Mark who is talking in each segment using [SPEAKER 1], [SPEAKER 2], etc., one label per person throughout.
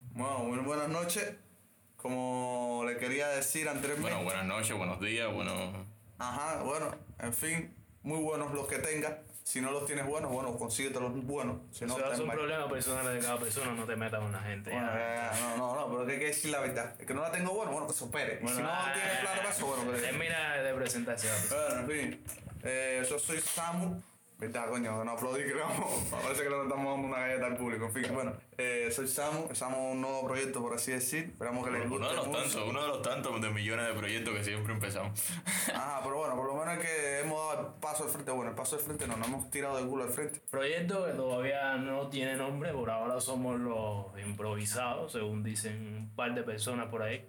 [SPEAKER 1] Bueno, muy buenas noches. Como le quería decir anteriormente.
[SPEAKER 2] Bueno, buenas noches, buenos días, bueno.
[SPEAKER 1] Ajá, bueno, en fin, muy buenos los que tengas. Si no los tienes buenos, bueno, consíguete los buenos. Si no,
[SPEAKER 3] Eso es
[SPEAKER 1] estás
[SPEAKER 3] un
[SPEAKER 1] mal.
[SPEAKER 3] problema personal de cada persona, no te metas con la gente.
[SPEAKER 1] Bueno,
[SPEAKER 3] ya.
[SPEAKER 1] eh, no, no, no, pero que hay que decir la verdad. El que no la tengo bueno, bueno, que se opere. Y
[SPEAKER 3] Bueno, eh,
[SPEAKER 1] si no
[SPEAKER 3] ah,
[SPEAKER 1] tiene plata para eso, bueno, que le-
[SPEAKER 3] Termina de presentación.
[SPEAKER 1] Bueno, en fin. Eh, yo soy Samu. ¿Verdad, coño? No aplaudí, creo. Parece que le estamos dando una galleta al público. En fin, bueno, eh, soy Samu. Estamos en un nuevo proyecto, por así decir. Esperamos que les guste.
[SPEAKER 2] Uno de los
[SPEAKER 1] mucho.
[SPEAKER 2] tantos, uno de los tantos de millones de proyectos que siempre empezamos.
[SPEAKER 1] Ajá, pero bueno, por lo menos es que hemos dado el paso al frente. Bueno, el paso al frente no, nos hemos tirado del culo al frente.
[SPEAKER 3] Proyecto que todavía no tiene nombre, por ahora somos los improvisados, según dicen un par de personas por ahí.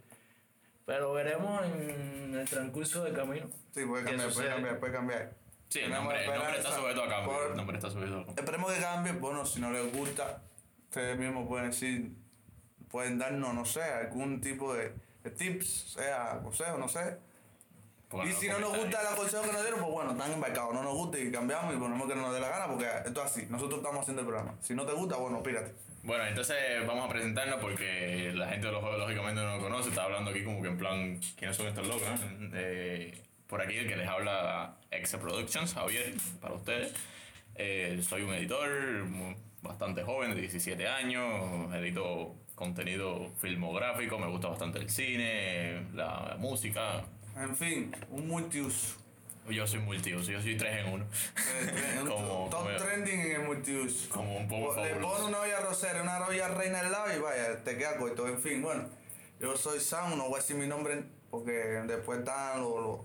[SPEAKER 3] Pero veremos en el transcurso del camino.
[SPEAKER 1] Sí, puede
[SPEAKER 3] qué
[SPEAKER 1] cambiar, puede
[SPEAKER 3] sucede.
[SPEAKER 1] cambiar, puede cambiar.
[SPEAKER 2] Sí, el
[SPEAKER 1] Tenemos
[SPEAKER 2] nombre, el nombre
[SPEAKER 1] esperanza
[SPEAKER 2] está sujeto a cambio.
[SPEAKER 1] por-
[SPEAKER 2] El nombre está sujeto a cambio.
[SPEAKER 1] Esperemos que cambie. Bueno, si no les gusta, ustedes mismos pueden decir, pueden darnos, no sé, algún tipo de, de tips, sea consejo, no sé.
[SPEAKER 2] Pónganlo
[SPEAKER 1] y
[SPEAKER 2] en
[SPEAKER 1] si
[SPEAKER 2] los
[SPEAKER 1] no nos gusta
[SPEAKER 2] comentarios.
[SPEAKER 1] la consejo que nos dieron, pues bueno, están embarcados. No nos gusta y cambiamos y ponemos que no nos dé la gana, porque esto es así. Nosotros estamos haciendo el programa. Si no te gusta, bueno, pírate.
[SPEAKER 2] Bueno, entonces vamos a presentarnos porque la gente de los juegos lógicamente no nos conoce. Está hablando aquí como que en plan, ¿quiénes son estos locos? no? Eh, por aquí el que les habla Exe Productions, Javier, para ustedes. Eh, soy un editor mu- bastante joven, de 17 años. Edito contenido filmográfico, me gusta bastante el cine, la música.
[SPEAKER 1] En fin, un multiuso.
[SPEAKER 2] Yo soy multiuso, yo soy tres en uno.
[SPEAKER 1] Eh, un
[SPEAKER 2] como,
[SPEAKER 1] top
[SPEAKER 2] como-
[SPEAKER 1] trending en el multiuso.
[SPEAKER 2] como un poco
[SPEAKER 1] Le
[SPEAKER 2] fabuloso.
[SPEAKER 1] pone una olla rosera, una olla reina al lado y vaya, te queda corto. En fin, bueno, yo soy Sam, no voy a decir mi nombre porque después están los, los-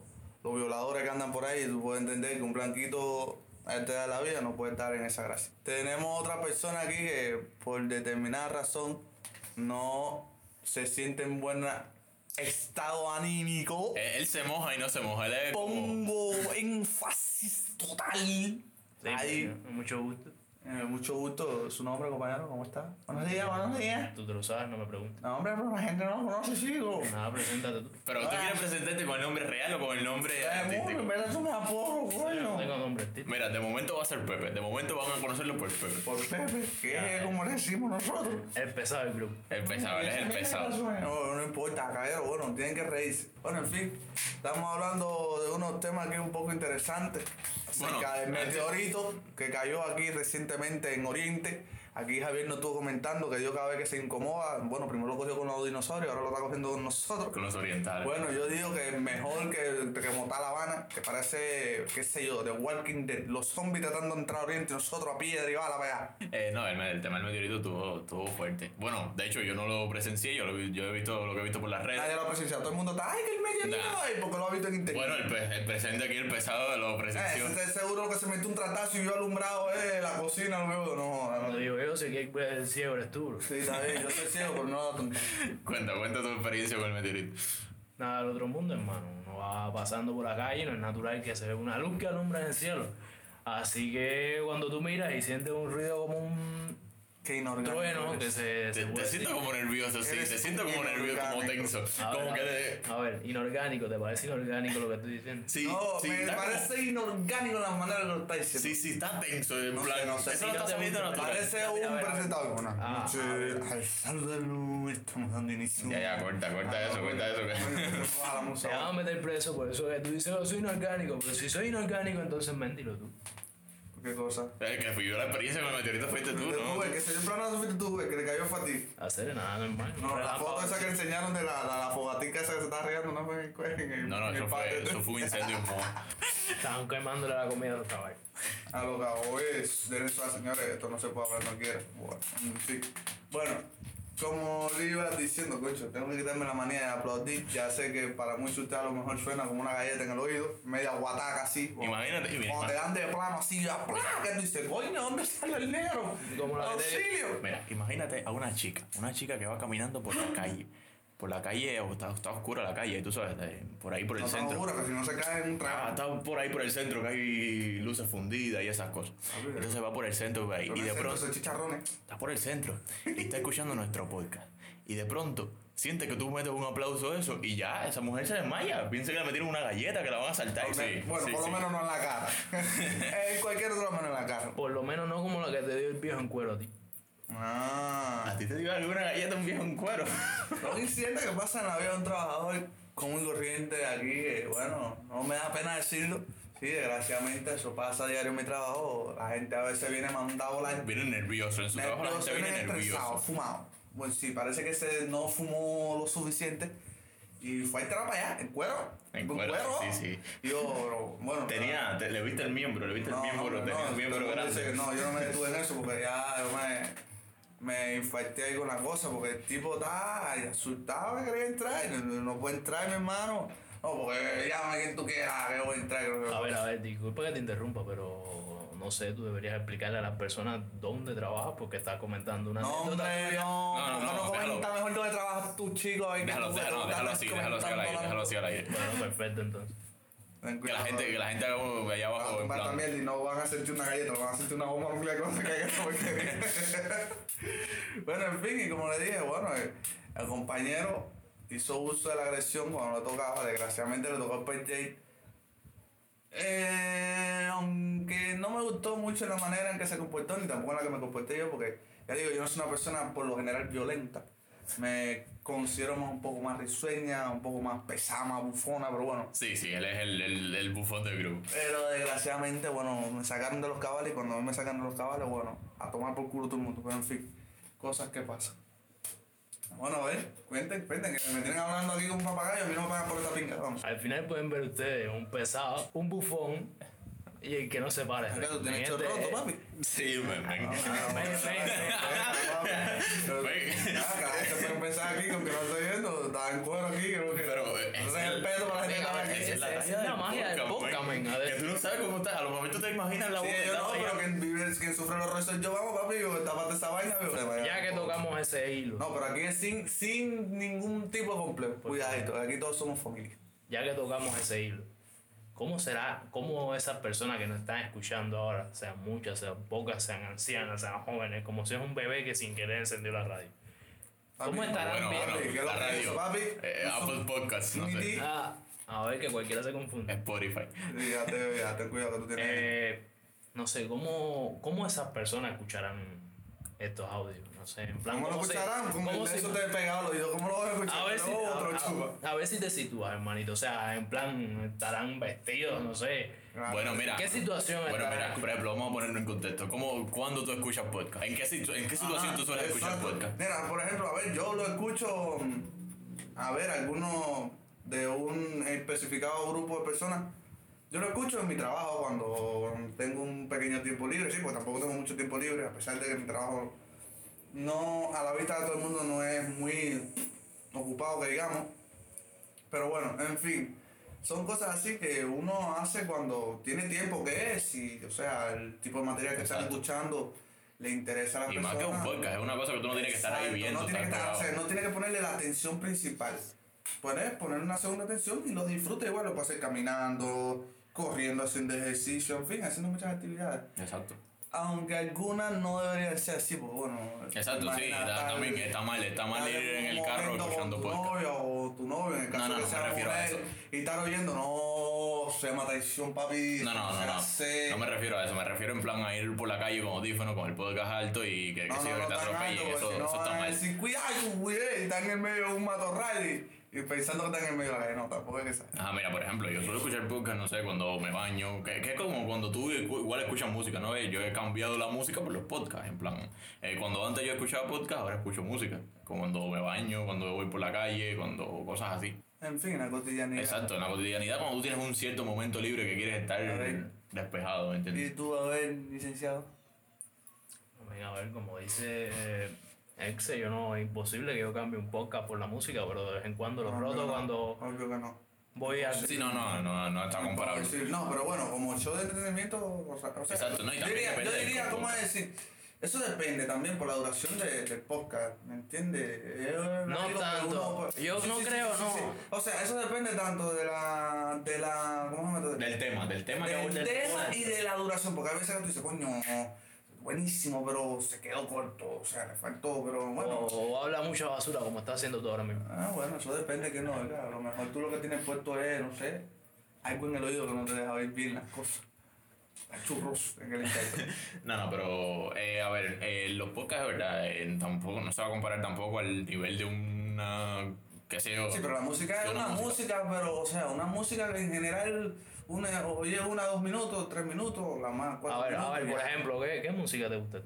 [SPEAKER 1] los violadores que andan por ahí. Tú puedes entender que un blanquito a esta edad de la vida no puede estar en esa gracia. Tenemos otra persona aquí que por determinada razón no se siente en buen estado anímico.
[SPEAKER 2] Eh, Él se moja y no se moja, él es como...
[SPEAKER 1] Pongo énfasis total.
[SPEAKER 3] Sí,
[SPEAKER 2] pues,
[SPEAKER 3] con Mucho gusto.
[SPEAKER 1] Eh, mucho gusto. ¿Su nombre, compañero? ¿Cómo está? Buenos días, buenos días.
[SPEAKER 3] Tú te lo sabes, no me preguntes.
[SPEAKER 1] No, hombre, pero la gente no lo conoce, chico.
[SPEAKER 3] Nada, preséntate tú.
[SPEAKER 2] Pero tú
[SPEAKER 1] Ah.
[SPEAKER 2] quieres presentarte con el nombre real o con el nombre
[SPEAKER 1] Eh,
[SPEAKER 2] artístico.
[SPEAKER 1] muy, en verdad, eso me apodo,
[SPEAKER 3] No
[SPEAKER 1] coño.
[SPEAKER 3] tengo nombre artístico.
[SPEAKER 2] Mira, de momento va a ser Pepe. De momento van a conocerlo por Pepe.
[SPEAKER 1] Por Pepe, que es como le decimos nosotros.
[SPEAKER 3] El pesado del grupo.
[SPEAKER 2] El pesado, él es el pesado.
[SPEAKER 1] No, no importa, caballero, bueno, tienen que reírse. Bueno, en fin, estamos hablando de unos temas que un poco interesantes.
[SPEAKER 2] Bueno,
[SPEAKER 1] Acerca del meteorito que cayó aquí recientemente en Oriente. Aquí Javier nos estuvo comentando que yo cada vez que se incomoda, bueno, primero lo cogió con los dinosaurios, ahora lo está cogiendo con nosotros.
[SPEAKER 2] Con los orientales.
[SPEAKER 1] Bueno, yo digo que es mejor que, que como está La Habana, que parece, qué sé yo, The Walking Dead, los zombies tratando de entrar a Oriente y nosotros a piedra y bala para allá.
[SPEAKER 2] Eh, no, el, el tema del meteorito estuvo, estuvo fuerte. Bueno, de hecho, yo no lo presencié. Yo, lo vi- yo he visto lo que he visto por las
[SPEAKER 1] Nadie
[SPEAKER 2] redes.
[SPEAKER 1] lo ha presenciado, todo el mundo está, ay, que el meteorito,
[SPEAKER 2] Nah.
[SPEAKER 1] ay, porque lo ha visto en internet.
[SPEAKER 2] Bueno, el, pe- el presente aquí, el pesado, lo
[SPEAKER 1] Eh,
[SPEAKER 2] presenció.
[SPEAKER 1] ese es seguro que se metió un tratazo y yo alumbrado, eh, la cocina, no, no, no,
[SPEAKER 3] Cuando
[SPEAKER 1] no.
[SPEAKER 3] digo yo, sé que el ciego eres tú, bro.
[SPEAKER 1] Sí, está bien, yo soy ciego, pero no
[SPEAKER 2] Cuenta, cuenta tu experiencia con el meteorito.
[SPEAKER 3] Nada del otro mundo, hermano. Uno va pasando por la calle, no es natural que se vea una luz que alumbra en el cielo. Así que cuando tú miras y sientes un ruido como un
[SPEAKER 1] Qué inorgánico.
[SPEAKER 3] trueno, que
[SPEAKER 1] eres.
[SPEAKER 3] se, se
[SPEAKER 2] Te, te
[SPEAKER 3] puede
[SPEAKER 2] siento
[SPEAKER 3] decir.
[SPEAKER 2] como nervioso, sí.
[SPEAKER 1] Eres
[SPEAKER 2] Te siento como
[SPEAKER 1] un
[SPEAKER 2] nervioso, como
[SPEAKER 1] orgánico.
[SPEAKER 2] tenso.
[SPEAKER 3] a ver,
[SPEAKER 2] Como
[SPEAKER 3] a
[SPEAKER 2] que
[SPEAKER 3] ver,
[SPEAKER 2] te...
[SPEAKER 3] a ver, inorgánico, ¿te parece inorgánico lo que estoy diciendo?
[SPEAKER 2] Sí,
[SPEAKER 1] no,
[SPEAKER 2] sí,
[SPEAKER 1] me
[SPEAKER 2] está como-
[SPEAKER 1] parece inorgánico la manera en que lo está diciendo.
[SPEAKER 2] Sí, sí, está tenso. En
[SPEAKER 1] No sé,
[SPEAKER 2] plan,
[SPEAKER 1] no sé.
[SPEAKER 2] Eso no está saliendo natural.
[SPEAKER 1] Parece
[SPEAKER 3] Mira,
[SPEAKER 1] un
[SPEAKER 3] mira,
[SPEAKER 1] presentador. Bueno,
[SPEAKER 3] Ah,
[SPEAKER 1] noche,
[SPEAKER 3] a ver.
[SPEAKER 1] al saludarlo, estamos dando inicio.
[SPEAKER 2] Ya, ya, corta, corta
[SPEAKER 1] Ah,
[SPEAKER 2] eso,
[SPEAKER 1] bueno,
[SPEAKER 2] corta eso, que-
[SPEAKER 1] bueno, vamos a pues, la
[SPEAKER 3] Te van a
[SPEAKER 1] música.
[SPEAKER 3] meter preso por eso que tú dices, oh, soy inorgánico. Pero si soy inorgánico, entonces mentilo tú.
[SPEAKER 1] ¿Qué cosa?
[SPEAKER 2] El que vivió la experiencia con el meteorito fuiste tú,
[SPEAKER 1] Tú,
[SPEAKER 2] ¿no?
[SPEAKER 1] güey, que se dio un planazo fuiste tú, güey, que le cayó fue a ti.
[SPEAKER 3] Hacer nada, normal.
[SPEAKER 1] No, la
[SPEAKER 3] Relámpago.
[SPEAKER 1] foto esa que enseñaron de la, la, la fogatica esa que se estaba regando no fue en en el
[SPEAKER 2] No, no,
[SPEAKER 1] en
[SPEAKER 2] eso
[SPEAKER 1] el patio.
[SPEAKER 2] fue, eso fue un incendio. como-
[SPEAKER 3] Estaban quemándole la comida a los caballos.
[SPEAKER 1] A lo que hoy es de eso, señores, esto no se puede hablar, no quiero. Bueno, en fin. Bueno, como le iba diciendo, cocho, tengo que quitarme la manía de aplaudir. Ya sé que para muchos ustedes a lo mejor suena como una galleta en el oído, media guataca así. o-
[SPEAKER 2] Imagínate, mira,
[SPEAKER 1] Cuando te dan de plano así, ya, ¡plá! que tú dices, coño, ¿dónde sale el negro?
[SPEAKER 3] Como la gente-
[SPEAKER 1] ¡Auxilio!
[SPEAKER 2] Mira, imagínate a una chica, una chica que va caminando por la calle. Por la calle, o está, está oscura la calle, tú sabes, eh, por ahí por el
[SPEAKER 1] No te
[SPEAKER 2] centro.
[SPEAKER 1] juro que si no se cae en un
[SPEAKER 2] Ah,
[SPEAKER 1] trago.
[SPEAKER 2] está por ahí por el centro que hay luces fundidas y esas cosas.
[SPEAKER 1] Ah, mira.
[SPEAKER 2] Entonces va por el centro va ahí, y de pronto
[SPEAKER 1] Esos chicharrones.
[SPEAKER 2] está por el centro y está escuchando nuestro podcast. Y de pronto siente que tú metes un aplauso de eso y ya, esa mujer se desmaya. Piensa que le metieron una galleta, que la van a saltar. y sí,
[SPEAKER 1] bueno,
[SPEAKER 2] sí,
[SPEAKER 1] por
[SPEAKER 2] sí.
[SPEAKER 1] lo menos no en la cara. en cualquier otra mano en la cara.
[SPEAKER 3] Por lo menos no como la que te dio el viejo en cuero a ti.
[SPEAKER 1] Ah.
[SPEAKER 2] A ti te dio alguna galleta un viejo en cuero.
[SPEAKER 1] Lo que Ah. siento que pasa en la vida de un trabajador común y corriente de aquí, que bueno, no me da pena decirlo. Sí, desgraciadamente eso pasa a diario en mi trabajo. La gente a veces viene mandada a volar.
[SPEAKER 2] viene nervioso en su trabajo, la gente
[SPEAKER 1] nervioso,
[SPEAKER 2] viene
[SPEAKER 1] viene estresado,
[SPEAKER 2] nervioso.
[SPEAKER 1] fumado. Bueno, sí, parece que se no fumó lo suficiente. Y fue a entrar para allá, en cuero.
[SPEAKER 2] En cuero, sí, sí.
[SPEAKER 1] Y Yo, pero, bueno.
[SPEAKER 2] Tenía, te- le viste el miembro, le viste el miembro, tenía el miembro
[SPEAKER 1] todo el mundo
[SPEAKER 2] grande.
[SPEAKER 1] dice que no, yo no me detuve en eso porque ya yo me, me infarté ahí con la cosa porque el tipo estaba asustado que quería entrar. y No, no puede entrar, mi hermano. No, porque llámame a quien tú quieras que voy a entrar. creo que-
[SPEAKER 3] A ver, a ver, disculpa que te interrumpa, pero no sé, tú deberías explicarle a las personas dónde trabajas porque estás comentando una
[SPEAKER 1] No,
[SPEAKER 3] anécdota
[SPEAKER 1] hombre,
[SPEAKER 3] tuya.
[SPEAKER 1] no.
[SPEAKER 2] No, no,
[SPEAKER 1] no,
[SPEAKER 2] no,
[SPEAKER 1] comenta
[SPEAKER 2] déjalo.
[SPEAKER 1] mejor dónde trabajas tú, chico. a ver qué
[SPEAKER 2] Déjalo,
[SPEAKER 1] tú puedes
[SPEAKER 2] déjalo,
[SPEAKER 1] contar,
[SPEAKER 2] déjalo
[SPEAKER 1] no
[SPEAKER 2] así,
[SPEAKER 1] estés
[SPEAKER 2] déjalo así al
[SPEAKER 1] comentando
[SPEAKER 2] aire,
[SPEAKER 1] tanto.
[SPEAKER 2] déjalo así al aire.
[SPEAKER 3] Bueno, perfecto entonces.
[SPEAKER 1] Ten
[SPEAKER 2] Que la
[SPEAKER 1] cuidado.
[SPEAKER 2] gente, que la gente haga allá
[SPEAKER 1] Ah,
[SPEAKER 2] abajo
[SPEAKER 1] tú
[SPEAKER 2] en
[SPEAKER 1] vas
[SPEAKER 2] plan.
[SPEAKER 1] también y no van a hacerte una galleta, van a hacerte una bomba nuclear que vas a caer porque- bueno, en fin, y como le dije, bueno, el, el compañero hizo uso de la agresión cuando le tocaba, desgraciadamente le tocó el PJ. Eh, aunque no me gustó mucho la manera en que se comportó, ni tampoco en la que me comporté yo, porque ya digo, yo no soy una persona por lo general violenta. Me considero más, un poco más risueña, un poco más pesada, más bufona, pero bueno.
[SPEAKER 2] Sí, sí, él es el, el, el bufón del grupo.
[SPEAKER 1] Pero desgraciadamente, bueno, me sacaron de los cabales y cuando a mí me sacan de los cabales, bueno, a tomar por culo todo el mundo. Pero en fin, cosas que pasan. Bueno, a ver, cuenten, cuenten, que me tienen hablando aquí como un papagayo y no me pagan por esta pinga. Vamos.
[SPEAKER 3] Al final pueden ver ustedes un pesado, un bufón y el que no se para. este,
[SPEAKER 1] Acá tú tienes chorro roto, papi.
[SPEAKER 2] Sí, me
[SPEAKER 1] No, no, no, no, no, no, no, no, no, no, no, no, no, no, no, no, no, no, no, no, que la gente puede empezar aquí, que aunque no estoy viendo, está en cuero aquí, creo que.
[SPEAKER 2] Pero eh,
[SPEAKER 1] No sé,
[SPEAKER 2] el-
[SPEAKER 1] el pedo para la gente
[SPEAKER 2] Venga,
[SPEAKER 1] que está
[SPEAKER 2] esa es la,
[SPEAKER 1] aquí.
[SPEAKER 3] esa es la magia del podcast,
[SPEAKER 2] man.
[SPEAKER 3] man. A ver.
[SPEAKER 2] Que tú no sabes cómo estás. A lo mejor tú te imaginas la
[SPEAKER 1] Sí,
[SPEAKER 2] voz que
[SPEAKER 1] yo
[SPEAKER 2] estás
[SPEAKER 1] no, pero
[SPEAKER 2] allá.
[SPEAKER 1] quien vive, quien sufre los restos, yo vamos, papi, yo tapate esa vaina, yo.
[SPEAKER 3] Ya que tocamos ese hilo,
[SPEAKER 1] No, pero aquí es sin, sin ningún tipo de complejo. Cuidadito, aquí todos somos familia.
[SPEAKER 3] ya que tocamos ese hilo, ¿cómo será, cómo esas personas que nos están escuchando ahora, sean muchas, sean pocas, sean ancianas, sean jóvenes, como si es un bebé que sin querer encendió la radio?
[SPEAKER 1] Papi,
[SPEAKER 3] ¿Cómo estarán
[SPEAKER 2] Bueno,
[SPEAKER 3] viendo?
[SPEAKER 1] ¿qué es lo
[SPEAKER 2] bueno, la
[SPEAKER 1] que es eso,
[SPEAKER 2] radio.
[SPEAKER 1] papi?
[SPEAKER 2] eh,
[SPEAKER 1] Eso-
[SPEAKER 2] Apple Podcasts, no
[SPEAKER 1] Unity.
[SPEAKER 2] sé.
[SPEAKER 3] Ah, a ver que cualquiera se confunde.
[SPEAKER 2] Spotify.
[SPEAKER 1] Fíjate, fíjate, cuidado que tú tienes.
[SPEAKER 3] Eh, no sé, ¿cómo, ¿cómo esas personas escucharán estos audios? No sé, en plan.
[SPEAKER 1] ¿Cómo lo
[SPEAKER 3] se-
[SPEAKER 1] escucharán? ¿Cómo,
[SPEAKER 3] cómo
[SPEAKER 1] de
[SPEAKER 3] se-
[SPEAKER 1] eso te he pegado al oído? ¿Cómo lo vas a escuchar?
[SPEAKER 3] a ver, si,
[SPEAKER 1] No,
[SPEAKER 3] a-
[SPEAKER 1] otro
[SPEAKER 3] a-
[SPEAKER 1] chupa.
[SPEAKER 3] a ver si te sitúas, hermanito. O sea, en plan, estarán vestidos, no sé.
[SPEAKER 1] Ah,
[SPEAKER 2] Bueno, mira.
[SPEAKER 3] ¿Qué situación
[SPEAKER 2] Bueno,
[SPEAKER 3] estarán
[SPEAKER 2] mira, por
[SPEAKER 3] escuchando?
[SPEAKER 2] ejemplo, vamos a ponerlo en contexto. ¿Cómo, ¿Cuándo tú escuchas podcast? ¿En qué, situ- en qué situación
[SPEAKER 1] ajá,
[SPEAKER 2] tú sueles escuchar
[SPEAKER 1] exacto.
[SPEAKER 2] podcast?
[SPEAKER 1] Mira, por ejemplo, a ver, yo lo escucho. mm, A ver, alguno de un especificado grupo de personas. Yo lo escucho en mi trabajo cuando tengo un pequeño tiempo libre, sí, pues tampoco tengo mucho tiempo libre, a pesar de que mi trabajo no a la vista de todo el mundo no es muy ocupado que digamos. Pero bueno, en fin, son cosas así que uno hace cuando tiene tiempo que es y, o sea, el tipo de material que están
[SPEAKER 2] Exacto.
[SPEAKER 1] escuchando le interesa a la
[SPEAKER 2] Y
[SPEAKER 1] persona.
[SPEAKER 2] más que un podcast, es una cosa que tú no tienes que estar ahí
[SPEAKER 1] Exacto,
[SPEAKER 2] viendo.
[SPEAKER 1] No tiene, que
[SPEAKER 2] estar
[SPEAKER 1] estar- o sea,
[SPEAKER 2] pegado.
[SPEAKER 1] no tiene que ponerle la atención principal. Poner, poner una segunda atención y lo disfruta igual, lo puede hacer caminando, corriendo, haciendo ejercicio, en fin, haciendo muchas actividades.
[SPEAKER 2] Exacto.
[SPEAKER 1] Aunque algunas no deberían ser así, pues bueno.
[SPEAKER 2] Exacto, sí.
[SPEAKER 1] imagina,
[SPEAKER 2] da-
[SPEAKER 1] tal-
[SPEAKER 2] también está mal, está mal
[SPEAKER 1] tal
[SPEAKER 2] ir en el
[SPEAKER 1] un
[SPEAKER 2] carro
[SPEAKER 1] momento
[SPEAKER 2] escuchando
[SPEAKER 1] con tu
[SPEAKER 2] podcast.
[SPEAKER 1] novia o tu novio, en el caso
[SPEAKER 2] No, no,
[SPEAKER 1] que
[SPEAKER 2] no me
[SPEAKER 1] sea
[SPEAKER 2] refiero a
[SPEAKER 1] mujer,
[SPEAKER 2] eso.
[SPEAKER 1] y estar oyendo, no, se llama traición, papi.
[SPEAKER 2] No, no, no, no.
[SPEAKER 1] se hace".
[SPEAKER 2] No me refiero a eso, me refiero en plan a ir por la calle con audífono, con el podcast alto y que, que,
[SPEAKER 1] No,
[SPEAKER 2] sí,
[SPEAKER 1] no,
[SPEAKER 2] que
[SPEAKER 1] no
[SPEAKER 2] te
[SPEAKER 1] tan alto,
[SPEAKER 2] atropellen.
[SPEAKER 1] porque
[SPEAKER 2] Eso,
[SPEAKER 1] si no
[SPEAKER 2] eso está
[SPEAKER 1] van a
[SPEAKER 2] mal.
[SPEAKER 1] decir, cuidado, cuidado, y están eh, en el medio de un matorral y, y pensando que están en el medio de la pues, calle. No, tampoco es que sea.
[SPEAKER 2] Ah, mira, por ejemplo, yo suelo escuchar podcast, no sé, cuando me baño, que, que es como cuando tú igu- igual escuchas música, ¿no? Eh, Yo he cambiado la música por los podcasts, en plan, eh, cuando antes yo escuchaba podcast, ahora escucho música, como cuando me baño, cuando voy por la calle, cuando cosas así.
[SPEAKER 1] En fin, la cotidianidad.
[SPEAKER 2] Exacto, en la cotidianidad, cuando tú tienes un cierto momento libre que quieres estar
[SPEAKER 1] A ver.
[SPEAKER 2] despejado, ¿me
[SPEAKER 1] Y
[SPEAKER 2] ¿entiendes?
[SPEAKER 1] tú, a ver, licenciado.
[SPEAKER 3] Venga, a ver, como dice eh, Exe, yo no, es imposible que yo cambie un podcast por la música, pero de vez en cuando lo
[SPEAKER 1] No,
[SPEAKER 3] roto
[SPEAKER 1] no, no,
[SPEAKER 3] cuando
[SPEAKER 1] Obvio que no.
[SPEAKER 3] voy a.
[SPEAKER 2] Sí, no, no, no, no está comparable.
[SPEAKER 1] Sí, No, pero bueno, como show de entretenimiento, o sea, o sea,
[SPEAKER 2] Exacto, no, y
[SPEAKER 1] yo
[SPEAKER 2] también
[SPEAKER 1] diría, yo
[SPEAKER 2] depende del
[SPEAKER 1] diría ¿cómo
[SPEAKER 2] contenido.
[SPEAKER 1] decir? Eso depende también por la duración de- del podcast, ¿me entiendes? Eh, Es
[SPEAKER 3] No
[SPEAKER 1] algo que
[SPEAKER 3] tanto.
[SPEAKER 1] pues,
[SPEAKER 3] Yo no creo, no.
[SPEAKER 1] O sea, eso depende tanto de la, de la, ¿cómo se llama?
[SPEAKER 2] Del tema, del tema que
[SPEAKER 1] del
[SPEAKER 2] aborda el
[SPEAKER 1] tema
[SPEAKER 2] podcast.
[SPEAKER 1] y de la duración, porque a veces tú dices, coño, buenísimo, pero se quedó corto, o sea, le faltó, pero bueno.
[SPEAKER 3] O, o habla mucha basura como está haciendo tú ahora mismo.
[SPEAKER 1] Ah, bueno, eso depende de que no oiga. A lo mejor tú lo que tienes puesto es, no sé, algo en el oído que no te deja oír bien las cosas. Churros en el Instagram.
[SPEAKER 2] No, no, pero eh, a ver, eh, los podcasts, de verdad, eh, tampoco, no se va a comparar tampoco al nivel de una, qué sé yo.
[SPEAKER 1] Sí, pero la música es
[SPEAKER 2] de
[SPEAKER 1] una música, pero, o sea, una música que en general, una, oye, una, dos minutos, tres minutos, la más, cuatro
[SPEAKER 3] A ver, a
[SPEAKER 1] minutos,
[SPEAKER 3] ver,
[SPEAKER 1] ya.
[SPEAKER 3] por ejemplo, ¿qué, qué música te gusta?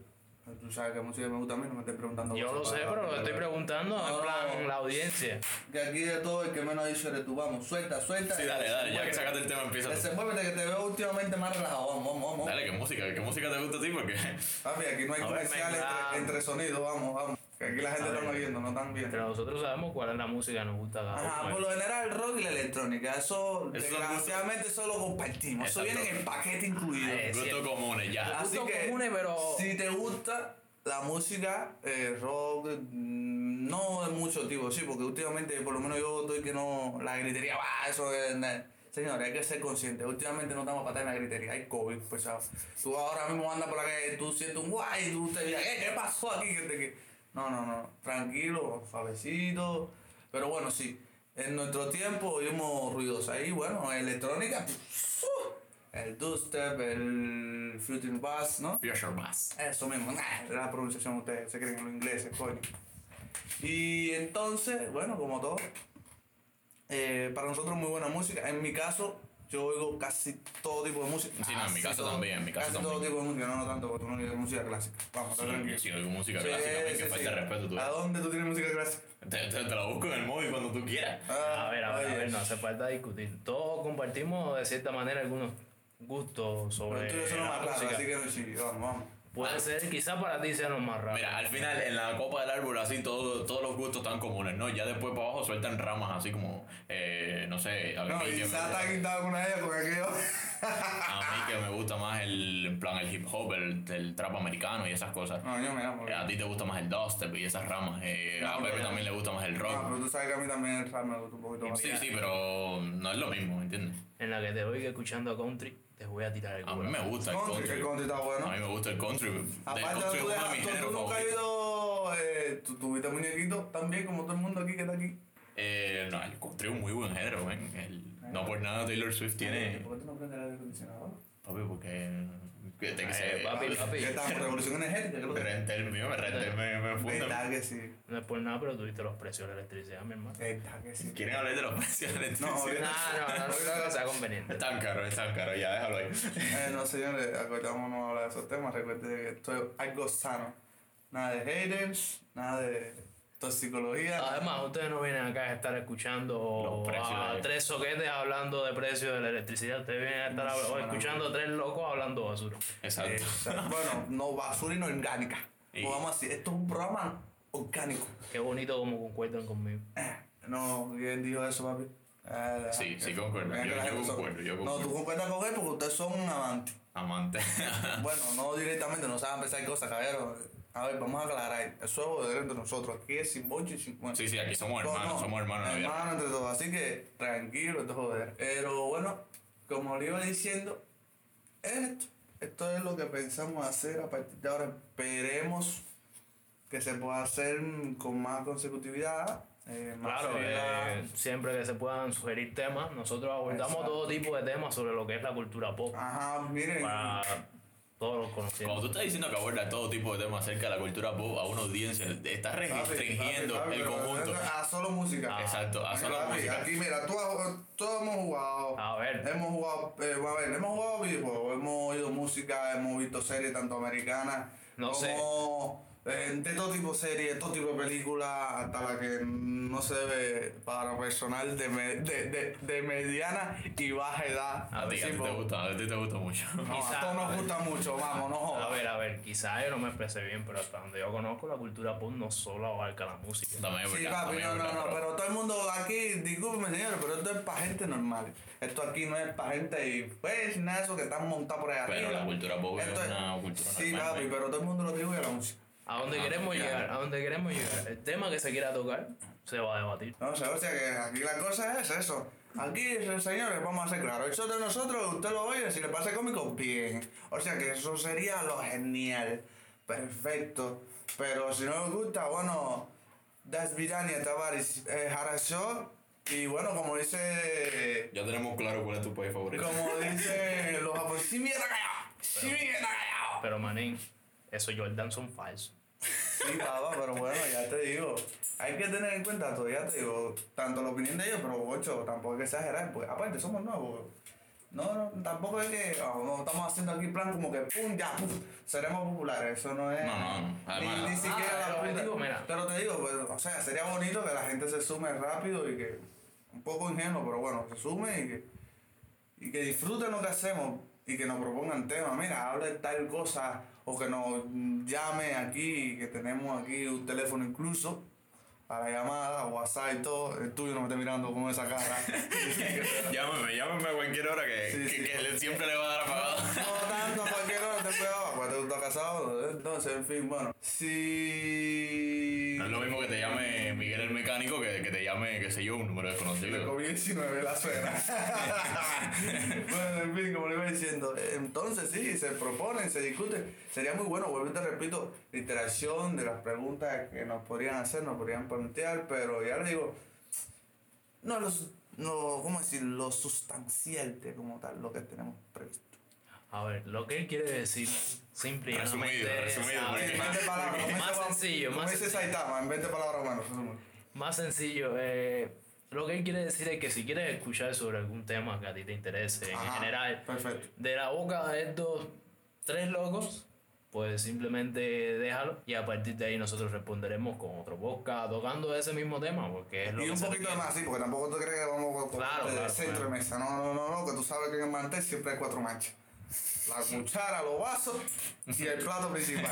[SPEAKER 1] Tú sabes qué música me gusta a mí, no me estés preguntando.
[SPEAKER 3] Yo lo
[SPEAKER 1] cosas
[SPEAKER 3] sé,
[SPEAKER 1] para-
[SPEAKER 3] pero lo estoy preguntando
[SPEAKER 1] No,
[SPEAKER 3] en
[SPEAKER 1] no,
[SPEAKER 3] plan
[SPEAKER 1] no.
[SPEAKER 3] la audiencia.
[SPEAKER 1] Que aquí de todo el que menos ha dicho eres tú, vamos, suelta, suelta.
[SPEAKER 2] Sí, dale, dale, ya que sacaste el tema, empieza. tú.
[SPEAKER 1] Desenvuélvete que te veo últimamente más relajado, vamos, vamos, vamos.
[SPEAKER 2] Dale, ¿qué música? ¿Qué música te gusta a ti?
[SPEAKER 1] Eh,
[SPEAKER 2] Porque
[SPEAKER 1] Papi, aquí no hay
[SPEAKER 2] A ver,
[SPEAKER 1] comerciales
[SPEAKER 3] venga.
[SPEAKER 1] entre, entre sonidos, vamos, vamos. Que aquí la gente
[SPEAKER 3] A
[SPEAKER 1] está
[SPEAKER 3] ver.
[SPEAKER 1] viendo, no están viendo.
[SPEAKER 3] Entre nosotros sabemos cuál es la música que nos gusta a cada
[SPEAKER 1] Ajá,
[SPEAKER 3] uno.
[SPEAKER 1] por lo general rock y la electrónica, eso
[SPEAKER 2] Eso es
[SPEAKER 1] desgraciadamente eso lo compartimos, eso
[SPEAKER 2] Exacto.
[SPEAKER 1] viene en el paquete incluido.
[SPEAKER 3] Ah, es
[SPEAKER 2] gustos
[SPEAKER 3] cierto.
[SPEAKER 2] comunes, ya.
[SPEAKER 1] Así
[SPEAKER 3] Gustos
[SPEAKER 1] que
[SPEAKER 3] comunes, pero-
[SPEAKER 1] si te gusta la música, eh, rock, mm, no de mucho tipo, sí, porque últimamente por lo menos yo estoy que no, la gritería, va, eso es... na- Señores, hay que ser conscientes. Últimamente no estamos para estar en la gritería. Hay COVID, pues ¿sabes? Tú ahora mismo andas por la calle, tú sientes un guay, tú te digas, "Eh, ¿qué pasó aquí? Que te- que-". No, no, no. Tranquilo, suavecito. Pero bueno, sí. En nuestro tiempo oímos ruidos ahí, bueno, electrónica. pf, uh, El dubstep, el floating bass, ¿no?
[SPEAKER 2] Future Bass.
[SPEAKER 1] Eso mismo, nah, la pronunciación ustedes, se creen en los ingleses, coño. Y entonces, bueno, como todo, eh, para nosotros muy buena música. En mi caso, yo oigo casi todo tipo de música.
[SPEAKER 2] Sí, no, en mi
[SPEAKER 1] Casi
[SPEAKER 2] caso
[SPEAKER 1] todo-
[SPEAKER 2] también, en mi caso
[SPEAKER 1] casi todo
[SPEAKER 2] también.
[SPEAKER 1] tipo de música, no, no tanto, porque tú no oigas música clásica. Vamos,
[SPEAKER 2] Sí,
[SPEAKER 1] está tranquilo.
[SPEAKER 2] sí, oigo música
[SPEAKER 1] Sí,
[SPEAKER 2] clásica, también,
[SPEAKER 1] sí, Ah.
[SPEAKER 2] que falta
[SPEAKER 1] sí.
[SPEAKER 2] de respeto tú.
[SPEAKER 1] ¿A dónde tú tienes música clásica?
[SPEAKER 2] Te, te, te la busco en el móvil cuando tú quieras.
[SPEAKER 1] Ah,
[SPEAKER 3] A ver, a ver, a
[SPEAKER 1] oye,
[SPEAKER 3] ver, no hace falta discutir. Todos compartimos de cierta manera algunos gustos
[SPEAKER 1] Pero
[SPEAKER 3] sobre
[SPEAKER 1] tú y yo somos
[SPEAKER 3] la
[SPEAKER 1] más claro,
[SPEAKER 3] música.
[SPEAKER 1] así que no sí, vamos, vamos.
[SPEAKER 3] Puede ser, quizá para ti sea lo más raro.
[SPEAKER 2] Mira, al final en la copa del árbol así todo- todos los gustos están comunes, ¿no? Ya después para abajo sueltan ramas así como, eh, no sé, a,
[SPEAKER 1] No,
[SPEAKER 2] mí
[SPEAKER 1] y
[SPEAKER 2] que me
[SPEAKER 1] Sata ha
[SPEAKER 2] gusta,
[SPEAKER 1] quitado una de ellas con aquello.
[SPEAKER 2] a mí que me gusta más el, en plan, el hip hop, el, el trap americano y esas cosas.
[SPEAKER 1] No, yo me amo.
[SPEAKER 2] Eh, A ti te gusta más el dubstep y esas ramas. eh,
[SPEAKER 1] No,
[SPEAKER 2] a Pepe
[SPEAKER 1] pero-
[SPEAKER 2] también le gusta más el
[SPEAKER 1] No,
[SPEAKER 2] rock.
[SPEAKER 1] Ah, pero tú sabes que a mí también el rap me gusta un poquito más.
[SPEAKER 2] sí, sí, pero no es lo mismo, ¿entiendes?
[SPEAKER 3] En la que te oiga escuchando a country, te voy a tirar el
[SPEAKER 2] A mí
[SPEAKER 3] culo.
[SPEAKER 2] me gusta el
[SPEAKER 1] Country,
[SPEAKER 2] country.
[SPEAKER 1] el country está bueno.
[SPEAKER 2] A mí me gusta el country. Del
[SPEAKER 1] Aparte,
[SPEAKER 2] country es
[SPEAKER 1] tú,
[SPEAKER 2] uno de
[SPEAKER 1] dejas-
[SPEAKER 2] mis
[SPEAKER 1] tú- tú
[SPEAKER 2] géneros
[SPEAKER 1] nunca has
[SPEAKER 2] favoritos.
[SPEAKER 1] ido. Eh, tú tuviste muñequito también, como todo el mundo aquí que está aquí.
[SPEAKER 2] Eh, no, el country es un muy buen género, ¿ven? El- no por nada Taylor Swift tiene...
[SPEAKER 1] ¿Por qué tú no prendes el aire acondicionado?
[SPEAKER 2] Papi, porque... Que te que se...
[SPEAKER 3] Eh, papi, papi.
[SPEAKER 1] ¿Qué tal? Revolución energética, creo que.
[SPEAKER 2] Rentel mío, me rentel me, me funda.
[SPEAKER 1] Está que sí.
[SPEAKER 3] No es por nada, pero tuviste los precios de la electricidad, mi hermano.
[SPEAKER 1] Está que sí.
[SPEAKER 2] ¿Quieren hablar de los precios de la
[SPEAKER 1] No,
[SPEAKER 2] electricidad?
[SPEAKER 3] No, no, no, no, no, no sea conveniente.
[SPEAKER 2] Están caros, están caros, ya déjalo ahí.
[SPEAKER 1] Eh, no, señores, acordamos no hablar de esos temas. Recuerden que esto es algo sano. Nada de haters, nada de toxicología.
[SPEAKER 3] Además, ustedes no vienen acá a estar escuchando
[SPEAKER 2] Los precios
[SPEAKER 3] a
[SPEAKER 2] de-
[SPEAKER 3] tres soquetes hablando de precios de la electricidad. Ustedes vienen a estar
[SPEAKER 1] No,
[SPEAKER 3] o
[SPEAKER 1] no, no.
[SPEAKER 3] escuchando a tres locos hablando basura.
[SPEAKER 1] Eh,
[SPEAKER 2] Exacto.
[SPEAKER 1] bueno, no basura y no orgánica.
[SPEAKER 2] Y-
[SPEAKER 1] Pues vamos así, esto es un programa orgánico.
[SPEAKER 3] Qué bonito como concuerdan conmigo.
[SPEAKER 1] No, ¿quién dijo eso, papi? Ah,
[SPEAKER 2] Sí,
[SPEAKER 1] ah,
[SPEAKER 2] sí,
[SPEAKER 1] que-
[SPEAKER 2] concuerdo.
[SPEAKER 1] mira que
[SPEAKER 2] Yo-
[SPEAKER 1] la
[SPEAKER 2] yo
[SPEAKER 1] gente son-
[SPEAKER 2] concuerdo, yo concuerdo.
[SPEAKER 1] No, tú concuerdas con él porque ustedes son un amante.
[SPEAKER 2] Amante. Ah.
[SPEAKER 1] Bueno, no directamente, no saben pensar cosas, caballero. A ver, vamos a aclarar. Eso es derecho de nosotros. Aquí es sin bonche y sin cuento.
[SPEAKER 2] Sí, sí, aquí somos
[SPEAKER 1] No,
[SPEAKER 2] hermanos,
[SPEAKER 1] no,
[SPEAKER 2] somos hermanos. en la vida.
[SPEAKER 1] Hermanos entre todos, así que tranquilo, esto es joder. Pero bueno, como le iba diciendo, esto, esto es lo que pensamos hacer a partir de ahora. Esperemos que se pueda hacer con más consecutividad. eh, más
[SPEAKER 3] Claro,
[SPEAKER 1] seriedad.
[SPEAKER 3] eh, siempre que se puedan sugerir temas, nosotros abordamos
[SPEAKER 1] Exacto.
[SPEAKER 3] todo tipo de temas sobre lo que es la cultura pop.
[SPEAKER 1] Ajá, miren.
[SPEAKER 3] Para todos los
[SPEAKER 2] Cuando
[SPEAKER 3] conocimientos.
[SPEAKER 2] tú estás diciendo que aborda todo tipo de temas acerca de la cultura pop a una audiencia, estás
[SPEAKER 1] papi,
[SPEAKER 2] restringiendo
[SPEAKER 1] papi, papi,
[SPEAKER 2] el
[SPEAKER 1] pero
[SPEAKER 2] conjunto.
[SPEAKER 1] A solo música.
[SPEAKER 2] Exacto, a
[SPEAKER 1] Mira,
[SPEAKER 2] solo
[SPEAKER 1] papi,
[SPEAKER 2] música.
[SPEAKER 1] Aquí, mira, tú has- todos hemos jugado.
[SPEAKER 3] A ver.
[SPEAKER 1] Hemos jugado, eh, a ver, hemos jugado videojuegos, hemos oído música, hemos visto series tanto americanas
[SPEAKER 3] No
[SPEAKER 1] como eh, de todo tipo de series, todo tipo de películas, hasta la que no se ve para personal de, me- de, de, de mediana y baja edad.
[SPEAKER 2] A ti, a ti
[SPEAKER 1] Sí,
[SPEAKER 2] te
[SPEAKER 1] po-
[SPEAKER 2] gusta, a ti te gusta mucho.
[SPEAKER 1] No, a
[SPEAKER 3] Quizá.
[SPEAKER 1] todos nos gusta mucho, vamos, no
[SPEAKER 3] A
[SPEAKER 1] jodas.
[SPEAKER 3] ver, a ver, quizás yo no me expresé bien, pero hasta donde yo conozco, la cultura pop no solo abarca la música.
[SPEAKER 2] También es
[SPEAKER 1] Sí,
[SPEAKER 2] verdad,
[SPEAKER 1] papi,
[SPEAKER 2] también
[SPEAKER 1] no,
[SPEAKER 2] es
[SPEAKER 1] no,
[SPEAKER 2] verdad,
[SPEAKER 1] no,
[SPEAKER 2] pero-
[SPEAKER 1] pero todo el mundo aquí, discúlpeme señores, pero esto es para gente normal. Esto aquí no es para gente y pues nada, de eso que están montados por ahí
[SPEAKER 2] Pero
[SPEAKER 1] arriba.
[SPEAKER 2] la cultura pop es
[SPEAKER 1] Esto
[SPEAKER 2] una cultura
[SPEAKER 1] Sí,
[SPEAKER 2] normal, pues.
[SPEAKER 1] papi,
[SPEAKER 2] ¿no?
[SPEAKER 1] pero todo el mundo lo digo y la música.
[SPEAKER 3] A donde
[SPEAKER 2] Ah,
[SPEAKER 3] queremos
[SPEAKER 2] ya.
[SPEAKER 3] llegar, a donde queremos llegar. El tema que se quiera tocar se va a debatir.
[SPEAKER 1] No, o sea, o sea, que aquí la cosa es eso. Aquí, se- señores, vamos a ser claros. Eso de nosotros, usted lo oye, si le pasa cómico, bien. O sea, que eso sería lo genial. Perfecto. Pero si no les gusta, bueno, Das Vidania, Tavares, eh, Harasho, Y bueno, como dice
[SPEAKER 2] Ya tenemos claro cuál es tu país favorito.
[SPEAKER 1] Como dicen los japoneses, si mierda callado, si mierda callado.
[SPEAKER 3] Pero, manín, esos Jordan son falsos.
[SPEAKER 1] Sí, baba, pero bueno, ya te digo. Hay que tener en cuenta todo, ya te digo, tanto la opinión de ellos, pero ocho, tampoco hay que exagerar, porque aparte somos nuevos. No, no, tampoco es que ah, no estamos haciendo aquí plan como que pum, ya, puf, seremos populares, eso no es.
[SPEAKER 2] No, no, no. Además-
[SPEAKER 1] ni, ni siquiera
[SPEAKER 3] Ah,
[SPEAKER 1] la
[SPEAKER 3] pero te
[SPEAKER 1] punta.
[SPEAKER 3] digo, mira.
[SPEAKER 1] Pero te digo, pues, o sea, sería bonito que la gente se sume rápido y que, un poco ingenuo, pero bueno, se sume y que, y que disfruten lo que hacemos y que nos propongan temas. Mira, habla de tal cosa o que nos llame aquí, que tenemos aquí un teléfono incluso. A la llamada, WhatsApp y todo, el tuyo no me esté mirando con esa cara.
[SPEAKER 2] Llámame, llámame a cualquier hora que,
[SPEAKER 1] Sí,
[SPEAKER 2] que-
[SPEAKER 1] sí.
[SPEAKER 2] que le- siempre le va a dar apagado.
[SPEAKER 1] No tanto, cualquier hora te cuidado, acuérdate que tú estás casado. Entonces, en fin, bueno. Si.
[SPEAKER 2] No es lo mismo que te llame Miguel el mecánico que, que te llame, qué sé yo, un número
[SPEAKER 1] El
[SPEAKER 2] desconocido.
[SPEAKER 1] COVID-19 la suena. bueno, en fin, como le iba diciendo. Entonces, sí, se proponen, se discuten. Sería muy bueno, vuelvo y te repito, la interacción de las preguntas que nos podrían hacer, nos podrían plantear, pero ya les digo, no los. No, ¿cómo decir? Lo sustanciante como tal, lo que tenemos previsto.
[SPEAKER 3] A ver, lo que él quiere decir, simple y
[SPEAKER 2] Resumido,
[SPEAKER 3] llanamente,
[SPEAKER 2] resumido,
[SPEAKER 3] ¿sabes?
[SPEAKER 2] porque-
[SPEAKER 1] En 20
[SPEAKER 3] Más-
[SPEAKER 1] palabras, como
[SPEAKER 3] Más
[SPEAKER 1] dice Juan-
[SPEAKER 3] sencillo,
[SPEAKER 1] como
[SPEAKER 3] más
[SPEAKER 1] dice
[SPEAKER 3] sencillo.
[SPEAKER 1] Saitama, en 20 palabras, hermano.
[SPEAKER 3] Más sencillo, eh, lo que él quiere decir es que si quieres escuchar sobre algún tema que a ti te interese en
[SPEAKER 1] Ajá,
[SPEAKER 3] general,
[SPEAKER 1] Perfecto.
[SPEAKER 3] de la boca de estos tres locos, pues simplemente déjalo y a partir de ahí nosotros responderemos con otro podcast tocando ese mismo tema, porque es lo
[SPEAKER 1] Y
[SPEAKER 3] que
[SPEAKER 1] un
[SPEAKER 3] se
[SPEAKER 1] poquito de
[SPEAKER 3] requiere.
[SPEAKER 1] más, sí, porque tampoco tú crees que vamos con
[SPEAKER 3] Claro,
[SPEAKER 1] de
[SPEAKER 3] claro,
[SPEAKER 1] centro
[SPEAKER 3] claro.
[SPEAKER 1] de mesa. No, no, no, no, que tú sabes que en el mantel siempre hay cuatro manchas. La cuchara, los vasos y el plato principal.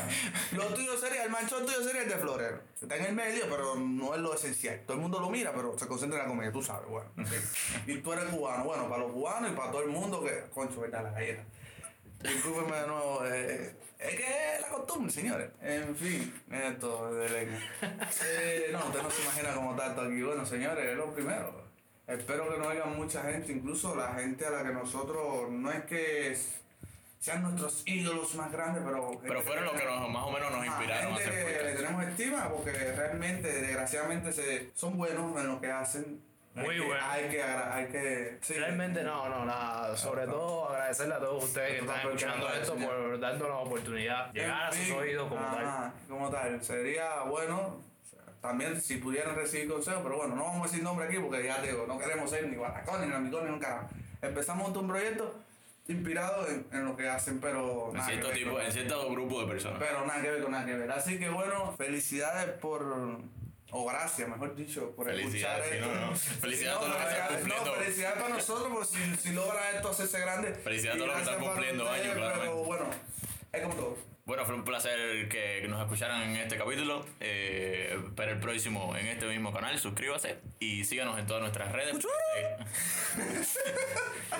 [SPEAKER 1] Lo tuyo sería, el manchón tuyo sería el de florero. Está en el medio, pero no es lo esencial. Todo el mundo lo mira, pero se concentra en la comida, tú sabes, bueno. Y tú eres cubano, bueno, para los cubanos y para todo el mundo que, concho, verdad, la galleta. Discúlpeme de nuevo, eh, es que es la costumbre, señores. En fin, esto de leña. Eh, no, usted no se imagina cómo está esto aquí. Bueno, señores, es lo primero. Espero que no haya mucha gente, incluso la gente a la que nosotros, no es que es- sean nuestros ídolos más grandes, pero...
[SPEAKER 2] Pero fueron los que nos- más o menos nos
[SPEAKER 1] Ah,
[SPEAKER 2] inspiraron a
[SPEAKER 1] gente
[SPEAKER 2] hacer
[SPEAKER 1] que le
[SPEAKER 2] podcast.
[SPEAKER 1] tenemos estima porque realmente, desgraciadamente, se, son buenos en lo que hacen. Hay
[SPEAKER 3] Muy
[SPEAKER 1] que-
[SPEAKER 3] buenos.
[SPEAKER 1] Hay que... agra- Hay que sí.
[SPEAKER 3] Realmente no, no, nada. Sobre todo agradecerle a todos ustedes que
[SPEAKER 1] Esto
[SPEAKER 3] están
[SPEAKER 1] tampoco es
[SPEAKER 3] escuchando
[SPEAKER 1] nada,
[SPEAKER 3] esto
[SPEAKER 1] señor.
[SPEAKER 3] por darnos la oportunidad, llegar a
[SPEAKER 1] En
[SPEAKER 3] sus
[SPEAKER 1] fin, Ah,
[SPEAKER 3] oídos como tal.
[SPEAKER 1] ajá, como tal. Sería bueno, o sea, también si pudieran recibir consejos, pero bueno, no vamos a decir nombre aquí porque ya te digo, no queremos ser ni guatacones, ni amigones, ni un carajo. Empezamos un proyecto inspirado en, en lo que hacen, pero
[SPEAKER 2] En
[SPEAKER 1] nada que
[SPEAKER 2] cierto,
[SPEAKER 1] ver
[SPEAKER 2] tipo,
[SPEAKER 1] con-
[SPEAKER 2] en cierto grupo de personas.
[SPEAKER 1] Pero nada que ver con nada que ver. Así que bueno, felicidades por... O gracias, mejor dicho, por escuchar
[SPEAKER 2] Felicidades, sí,
[SPEAKER 1] esto.
[SPEAKER 2] no, no. Felicidades a todos los que están
[SPEAKER 1] felicidades-
[SPEAKER 2] cumpliendo.
[SPEAKER 1] No, felicidades para nosotros, porque si, si logra esto hacerse grande.
[SPEAKER 2] Felicidades a
[SPEAKER 1] y
[SPEAKER 2] todos los que
[SPEAKER 1] gracias
[SPEAKER 2] están
[SPEAKER 1] para
[SPEAKER 2] cumpliendo
[SPEAKER 1] ustedes,
[SPEAKER 2] años,
[SPEAKER 1] Pero
[SPEAKER 2] claramente.
[SPEAKER 1] bueno, es como todo.
[SPEAKER 2] Bueno, fue un placer que, que nos escucharan en este capítulo. Eh, para el próximo en este mismo canal, suscríbase y síganos en todas nuestras redes. Eh,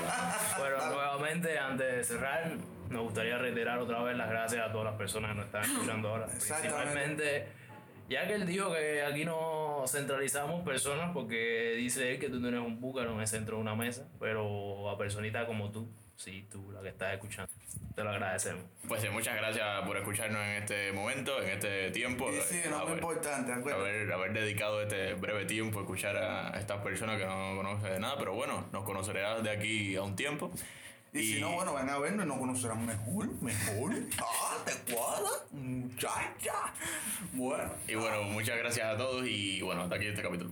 [SPEAKER 1] ah.
[SPEAKER 3] Bueno, nuevamente, antes de cerrar, nos gustaría reiterar otra vez las gracias a todas las personas que nos están escuchando ahora.
[SPEAKER 1] Exactamente.
[SPEAKER 3] Principalmente, ya que él dijo que aquí no centralizamos personas, porque dice él que tú tienes un búcaro en el centro de una mesa, pero a personitas como tú, sí, tú, la que estás escuchando, te lo agradecemos.
[SPEAKER 2] Pues eh, muchas gracias por escucharnos en este momento, en este tiempo.
[SPEAKER 1] Y sí, no
[SPEAKER 2] A
[SPEAKER 1] es muy
[SPEAKER 2] ver.
[SPEAKER 1] importante, acuérdate.
[SPEAKER 2] haber, haber dedicado este breve tiempo a escuchar a estas personas que no conoce de nada, pero bueno, nos conocerás de aquí a un tiempo.
[SPEAKER 1] Y, si no, bueno, van a vernos y nos conocerán mejor, mejor. Ah, te cuadra, muchacha. Bueno.
[SPEAKER 2] Y bueno, muchas gracias a todos y bueno, hasta aquí este capítulo.